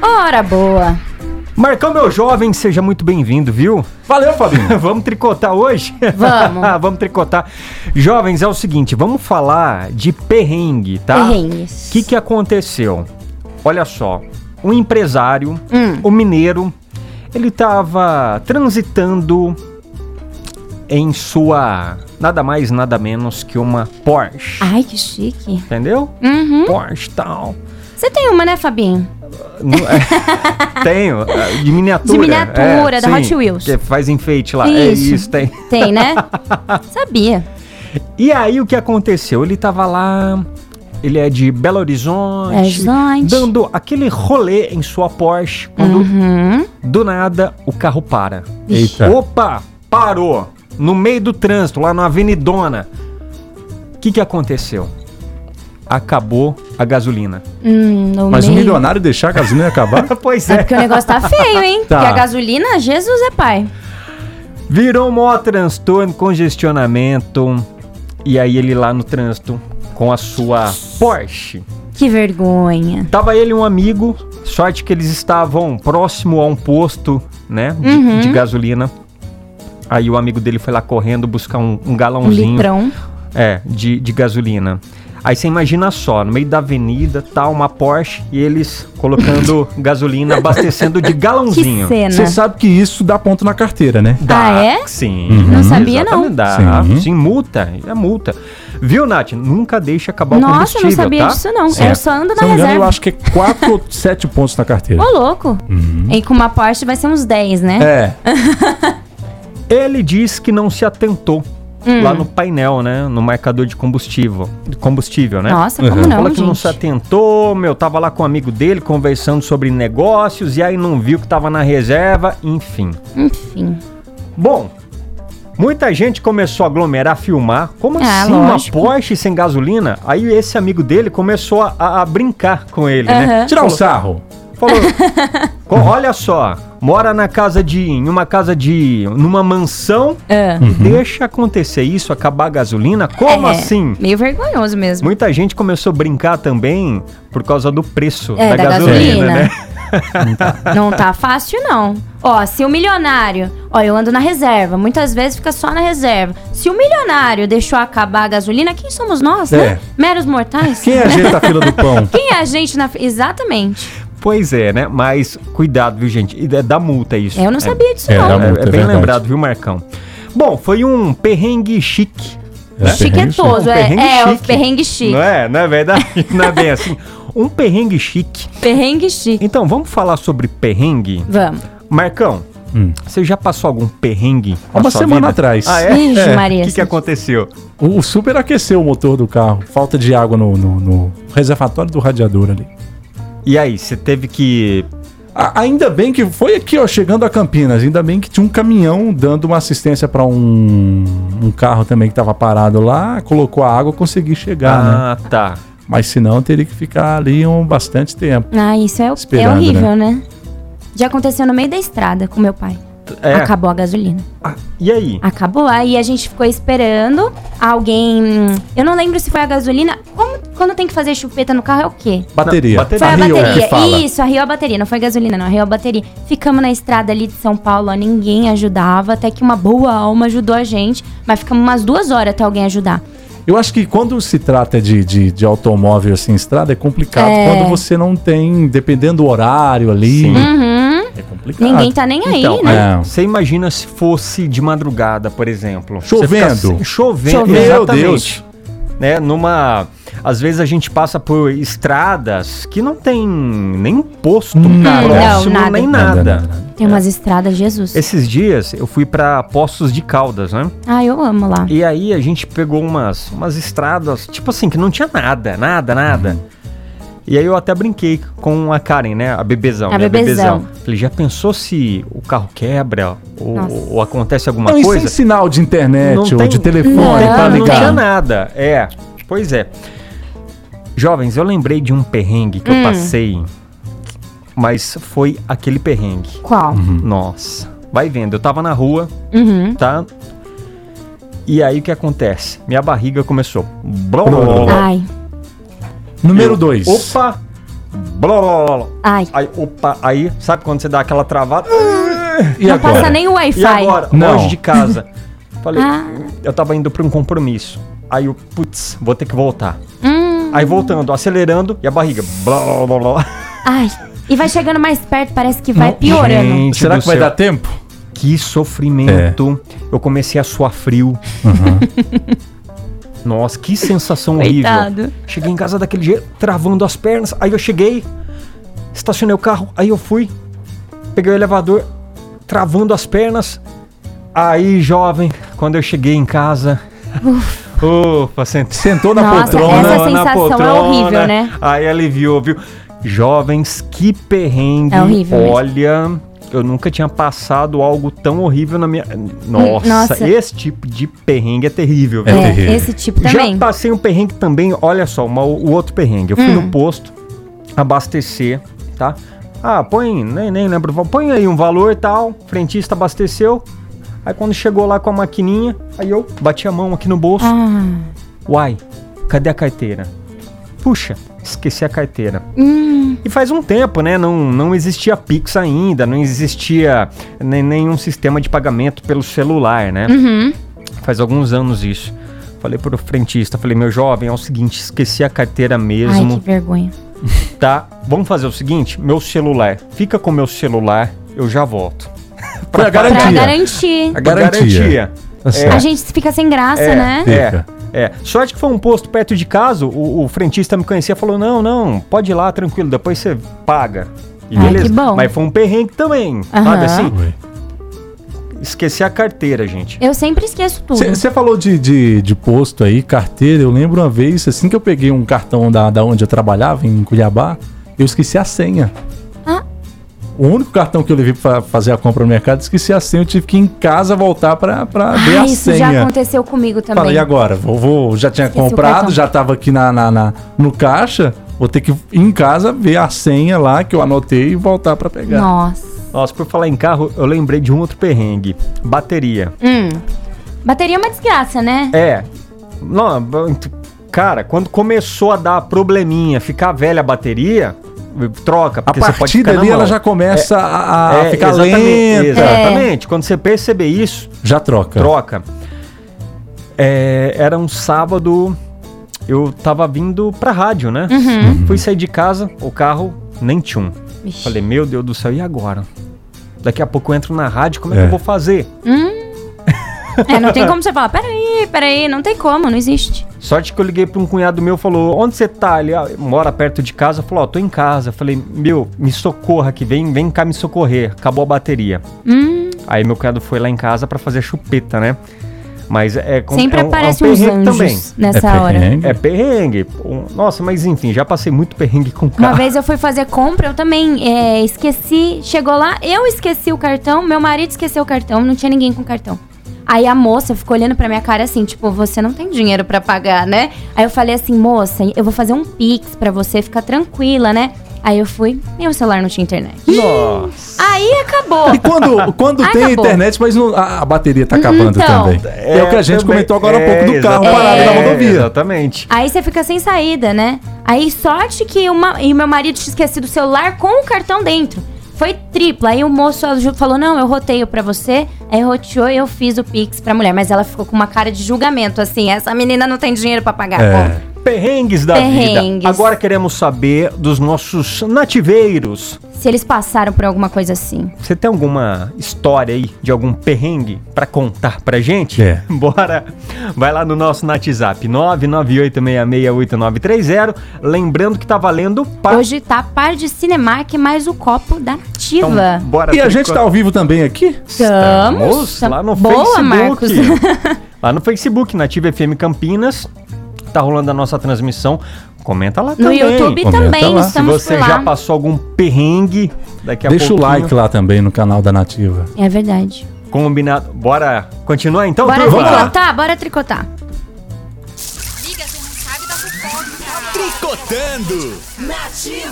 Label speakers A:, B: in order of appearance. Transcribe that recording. A: Ora boa.
B: Marcão, meu jovem, seja muito bem-vindo, viu?
C: Valeu, Fabinho.
B: vamos tricotar hoje?
A: Vamos.
B: vamos tricotar. Jovens, é o seguinte, vamos falar de perrengue, tá?
A: Perrengues.
B: O que, que aconteceu? Olha só, um empresário,
A: Hum.
B: um mineiro, ele estava transitando em sua nada mais nada menos que uma Porsche,
A: Ai, que chique.
B: entendeu?
A: Ah. Uhum.
B: Porsche tal.
A: Você tem uma, né, Fabinho?
B: Não- Tenho, é, de miniatura. É,
A: De miniatura, da Hot Wheels.
B: Que faz enfeite lá. É isso, tem.
A: Tem, né? Sabia.
B: E aí o que aconteceu? Ele tava lá, ele é de Belo Horizonte,
A: Horizonte.
B: dando aquele rolê em sua Porsche, quando
A: Uhum.
B: do nada o carro para.
C: Eita.
B: Opa, parou. No meio do trânsito, lá na Avenidona. O que, que aconteceu? Acabou a gasolina.
A: Hum, no
C: Mas né? o
A: meio.
C: milionário deixar a gasolina acabar?
B: pois
A: É
B: é.
A: porque o negócio tá feio, hein?
C: Tá.
A: Porque a gasolina, Jesus é pai.
B: Virou um maior transtorno, congestionamento. E aí ele lá no trânsito com a sua Porsche.
A: Que vergonha.
B: Tava ele e um amigo, sorte que eles estavam próximo a um posto, né, de,
A: Uhum.
B: de gasolina. Aí o amigo dele foi lá correndo buscar um, um
A: Um
B: galãozinho
A: litrão.
B: é, de, de gasolina. Aí você imagina só, no meio da avenida, tá uma Porsche e eles colocando gasolina, abastecendo de
A: Que
B: galãozinho.
C: Você
A: cena.
C: sabe que isso dá ponto na carteira, né?
A: Ah, é?
B: Sim. Uhum.
A: Não sabia, não.
B: exatamente, Dá.
C: Sim.
B: Sim. multa. É multa. Viu, Nath? Nunca deixa acabar o
A: Nossa, eu
B: combustível,
A: não sabia
B: tá?
A: disso, não.
C: É.
A: Eu só ando
C: Se
A: na
C: não me engano, eu
A: reserva.
C: acho que é 4 ou 7 pontos na carteira.
A: Ô, louco. E com uma Porsche vai ser uns 10, né?
C: Uhum. É.
B: Ele diz que não se atentou
A: Hum.
B: lá no painel, né? No marcador de combustível. De combustível, né?
A: Nossa, como
C: Uhum.
A: não,
B: Fala que
A: gente?
B: não se atentou, meu, tava lá com um amigo dele conversando sobre negócios e aí não viu que tava na reserva, enfim.
A: Enfim.
B: Bom, muita gente começou a aglomerar, filmar. Como
A: Ah,
B: assim
A: lógico.
B: uma Porsche sem gasolina? Aí esse amigo dele começou a, a brincar com ele, né?
A: Aham.
C: Tirar um sarro.
B: Falou, "Co- olha só, mora na casa de, em uma casa de, numa mansão,
A: É.
B: e deixa acontecer isso, acabar a gasolina? Como
A: É,
B: assim?
A: Meio vergonhoso mesmo.
B: Muita gente começou a brincar também por causa do preço
A: É,
B: da,
A: da
B: gasolina,
A: gasolina.
B: né?
A: Não tá fácil, não. Ó, se o milionário. Ó, eu ando na reserva. Muitas vezes fica só na reserva. Se o milionário deixou acabar a gasolina, quem somos nós,
C: É.
A: né? Meros mortais?
C: Quem é? ajeita a fila do pão?
A: Quem é a gente na. Exatamente.
B: Pois é, né? Mas cuidado, viu, gente? E da- Da multa isso.
A: Eu não
B: né?
A: sabia disso,
C: É,
B: É,
A: não.
C: dá multa,
B: é bem
C: verdade.
B: lembrado, viu, Marcão? Bom, foi um perrengue chique.
A: Chiquetoso,
B: Um
A: é.
B: perrengue
A: É, o
B: chique.
A: perrengue chique.
B: Não é? Não é verdade? Não é bem assim. Um perrengue chique.
A: Perrengue chique.
B: Então, vamos falar sobre perrengue?
A: Vamos.
B: Marcão,
C: Hum.
B: você já passou algum perrengue?
C: Há
B: na
C: uma
B: sua
C: semana
B: vida?
C: atrás.
B: Ah, é?
A: Ixi,
B: É.
A: Maria.
B: O que, que aconteceu?
C: O, o super aqueceu o motor do carro. Falta de água no, no- no reservatório do radiador ali.
B: E aí, você teve que.
C: A- ainda bem que foi aqui, ó, chegando a Campinas. Ainda bem que tinha um caminhão dando uma assistência pra um, um carro também que tava parado lá. Colocou a água, consegui chegar, né?
B: Ah, tá.
C: Mas senão eu teria que ficar ali um bastante tempo.
A: Ah, isso é, o- é
C: Esperando,
A: horrível, né? Já aconteceu no meio da estrada com meu pai.
B: É.
A: Acabou a gasolina.
B: Ah, E aí?
A: Acabou. Aí a gente ficou esperando alguém. hum, Eu não lembro se foi a gasolina. Como, quando tem que fazer chupeta no carro é o quê?
C: Bateria.
B: Não, bateria.
A: Foi a
C: Rio né, que
A: bateria.
C: fala.
A: Isso, arriou a bateria. Não foi gasolina, não. Arriou a bateria. Ficamos na estrada ali de São Paulo, ó, ninguém ajudava. Até que uma boa alma ajudou a gente. Mas ficamos umas duas horas até alguém ajudar.
C: Eu acho que quando se trata de, de, de automóvel assim, estrada, é complicado.
A: É.
C: Quando você não tem, dependendo do horário ali,
B: Sim.
A: Uhum.
C: é complicado.
A: Ninguém tá nem aí,
B: Então,
A: né?
C: Não.
B: Você imagina se fosse de madrugada, por exemplo.
C: Chovendo.
B: Você fica sem- Chovendo.
A: Chovendo.
C: Meu
B: exatamente.
C: Deus.
B: Né, numa... Às vezes a gente passa por estradas que não tem nem posto
C: nada.
B: próximo,
A: Não, nada.
B: nem nada.
C: Nada, nada.
B: é.
A: Tem umas estradas, Jesus.
B: Esses dias eu fui pra Poços de Caldas, né?
A: Ah, eu amo lá.
B: E aí a gente pegou umas, umas estradas, tipo assim, que não tinha nada, nada, nada. E aí eu até brinquei com a Karen, né? A bebezão.
A: A
B: minha
A: Bebezão.
B: Falei, já pensou se o carro quebra
A: Nossa.
B: ou, ou acontece alguma
C: Não, e sem
B: coisa?
C: sinal de internet
B: Não
C: ou
B: tem-
C: de telefone tá
A: não tem
C: pra
A: pra
B: não tinha
C: ligar.
B: nada. É, pois é. Jovens, eu lembrei de um perrengue que
A: Hum.
B: eu passei, mas foi aquele perrengue.
A: Qual?
C: Hum.
B: Nossa, vai vendo, eu tava na rua,
A: Uhum.
B: tá? E aí o que acontece? Minha barriga começou. Blá, blá, blá, blá.
A: Ai.
C: Ah, Número 2.
B: Opa! Blá, blá, blá, blá.
A: Ai. Ah,
B: Aí, opa, aí, sabe quando você dá aquela travada?
C: E
A: não
C: agora?
A: passa nem o Wi-Fi.
B: E agora?
C: Não.
B: Longe de casa. Falei,
A: Ah.
B: eu tava indo pra um compromisso. Aí eu, putz, vou ter que voltar.
A: Hum,
B: Aí voltando, acelerando e a barriga. Blá, blá, blá, blá.
A: ai. E vai chegando mais perto, parece que vai
C: Não,
A: piorando.
B: gente
C: Será
B: do
C: que vai
B: céu.
C: dar tempo?
B: Que sofrimento. Eu comecei a suar frio. Nossa, que sensação horrível.
A: Coitado.
B: Cheguei em casa daquele jeito, travando as pernas. Aí eu cheguei, estacionei o carro, aí eu fui, peguei o elevador, travando as pernas. Aí, jovem, quando eu cheguei em casa. Ufa, sentei.
C: Sentou na
A: Nossa,
C: poltrona.
A: essa sensação é horrível, né?
B: Aí aliviou, viu? Jovens, que perrengue.
A: É horrível mesmo.
B: Olha, eu nunca tinha passado algo tão horrível na minha. Nossa,
A: Hum, nossa.
B: esse tipo de perrengue é terrível,
C: É
B: velho.
C: terrível.
A: esse tipo
B: Já
A: também.
B: passei um perrengue também, olha só, uma- o outro perrengue. Eu fui
A: Hum.
B: no posto abastecer, tá? Ah, põe, nem, nem lembro, põe aí um valor e tal, frentista abasteceu. Aí quando chegou lá com a maquininha, aí eu bati a mão aqui no bolso.
A: Ah,
B: Uai, cadê a carteira? Puxa, esqueci a carteira.
A: hum,
B: E faz um tempo, né? Não, não existia Pix ainda, não existia nem, nenhum sistema de pagamento pelo celular, né?
A: uhum.
B: Faz alguns anos isso. Falei pro frentista, falei, meu jovem, é o seguinte, esqueci a carteira
A: Ai, que
B: mesmo,
A: vergonha.
B: tá? Vamos fazer o seguinte, meu celular, fica com meu celular, eu já volto.
C: Foi a
A: Pra
C: garantia.
A: garantir.
B: A
C: Garantia. Tá certo.
A: A gente fica sem graça,
B: É,
A: né?
B: é,
C: Fica.
B: é. Sorte que foi um posto perto de casa, o, o frentista me conhecia, falou, não, não, pode ir lá, tranquilo, depois você paga. E
A: Ai, que bom.
B: Mas foi um perrengue também, sabe
A: Aham.
B: assim?
C: Oi.
B: Esqueci a carteira, gente.
A: Eu sempre esqueço tudo.
C: Você falou de, de, de posto aí, carteira. Eu lembro uma vez, assim que eu peguei um cartão da, da onde eu trabalhava, em Cuiabá, eu esqueci a senha.
A: Ah.
C: O único cartão que eu levei pra fazer a compra no mercado, esqueci a senha. Eu tive que ir em casa voltar pra, pra ver
A: Ah,
C: a
A: isso
C: senha.
A: já aconteceu comigo também.
C: Falei, e agora? Vou, vou- já tinha
A: Esqueci o
C: comprado,
A: cartão.
C: já tava aqui na, na- na- no caixa. Vou ter que ir em casa ver a senha lá que eu anotei e voltar pra pegar.
A: Nossa.
B: Nossa, por falar em carro, eu lembrei de um outro perrengue. Bateria.
A: Hum. Bateria é uma desgraça, né?
B: É. Não, b- t- cara, quando começou a dar probleminha, ficar velha a bateria, troca,
C: A
B: porque você pode
C: partir
B: ficar na
C: dali
B: mão.
C: ela já começa a, a
B: É,
C: ficar
B: exatamente,
C: lenta.
A: É.
B: Exatamente. Quando você perceber isso,
C: Já troca.
B: troca. É, era um sábado, eu tava vindo pra rádio, né?
A: Uhum.
B: Fui sair de casa, o carro nem tinha um.
A: Vixe.
B: Falei, meu Deus do céu, e agora? Daqui a pouco eu entro na rádio, como é, que
C: É.
B: eu vou fazer?
A: É, não tem como você falar, peraí, peraí, não tem como, não existe.
B: Sorte que eu liguei pra um cunhado meu falou: Onde você tá? Ele ah, mora perto de casa. Falou: Ó, tô em casa. Eu Falei: Meu, me socorra aqui, vem, vem cá me socorrer. Acabou a bateria.
A: Hum,
B: Aí meu cunhado foi lá em casa pra fazer chupeta, né? Mas é com-
A: sempre
B: é um- é um
A: aparecem uns
B: perrengue
A: anjos nessa hora.
C: perrengue.
B: É perrengue. Um- Nossa, mas enfim, já passei muito perrengue com carro.
A: Uma vez eu fui fazer compra, eu também é, esqueci. Chegou lá, eu esqueci o cartão, meu marido esqueceu o cartão, não tinha ninguém com cartão. Aí a moça ficou olhando pra minha cara assim, tipo, você não tem dinheiro pra pagar, né? Aí eu falei assim, moça, eu vou fazer um pix pra você ficar tranquila, né? Aí eu fui, meu celular não tinha internet.
B: Nossa.
A: Aí acabou.
C: E quando, quando
A: Ai,
C: tem
A: acabou.
C: internet, mas não- a, a bateria tá acabando
A: então.
C: também. É, o que a gente
B: também-
C: comentou agora há
B: é,
C: pouco do carro
B: exatamente.
C: parado na
B: É,
C: rodovia.
B: Exatamente.
A: Aí você fica sem saída, né? Aí sorte que uma, e meu marido tinha esquecido o celular com o cartão dentro. Foi tripla. Aí o moço aju- falou: Não, eu roteio pra você. Aí roteou e eu fiz o pix pra mulher. Mas ela ficou com uma cara de julgamento, assim: Essa menina não tem dinheiro pra pagar.
B: É.
C: É.
A: a conta."
B: Perrengues da
A: Perrengues.
B: vida. Agora queremos saber dos nossos nativeiros.
A: Se eles passaram por alguma coisa assim.
B: Você tem alguma história aí de algum perrengue pra contar pra gente?
C: É.
B: Bora! Vai lá no nosso WhatsApp 998668930. Lembrando que tá valendo par.
A: Hoje tá par de Cinemark mais o copo da Nativa.
B: Então, bora
C: E a
B: por
C: gente
B: enquanto.
C: tá ao vivo também aqui?
B: Então, Estamos
A: Tamo-
B: lá no
A: Boa, Marcos.
B: Facebook. lá no Facebook, na Nativa FM Campinas. Tá rolando a nossa transmissão. Comenta lá
A: no
B: também.
A: YouTube
C: Comenta
A: também,
C: lá. Se
B: Se
A: estamos
B: você
A: por lá.
B: já passou algum perrengue, daqui a
C: Deixa
B: pouquinho.
C: o like lá também no canal da Nativa.
A: É verdade.
B: Combinado. Bora continuar então,
A: Bora
B: turma?
A: tricotar, bora tricotar.
D: Amiga, você não sabe da fofoca.
E: Tricotando.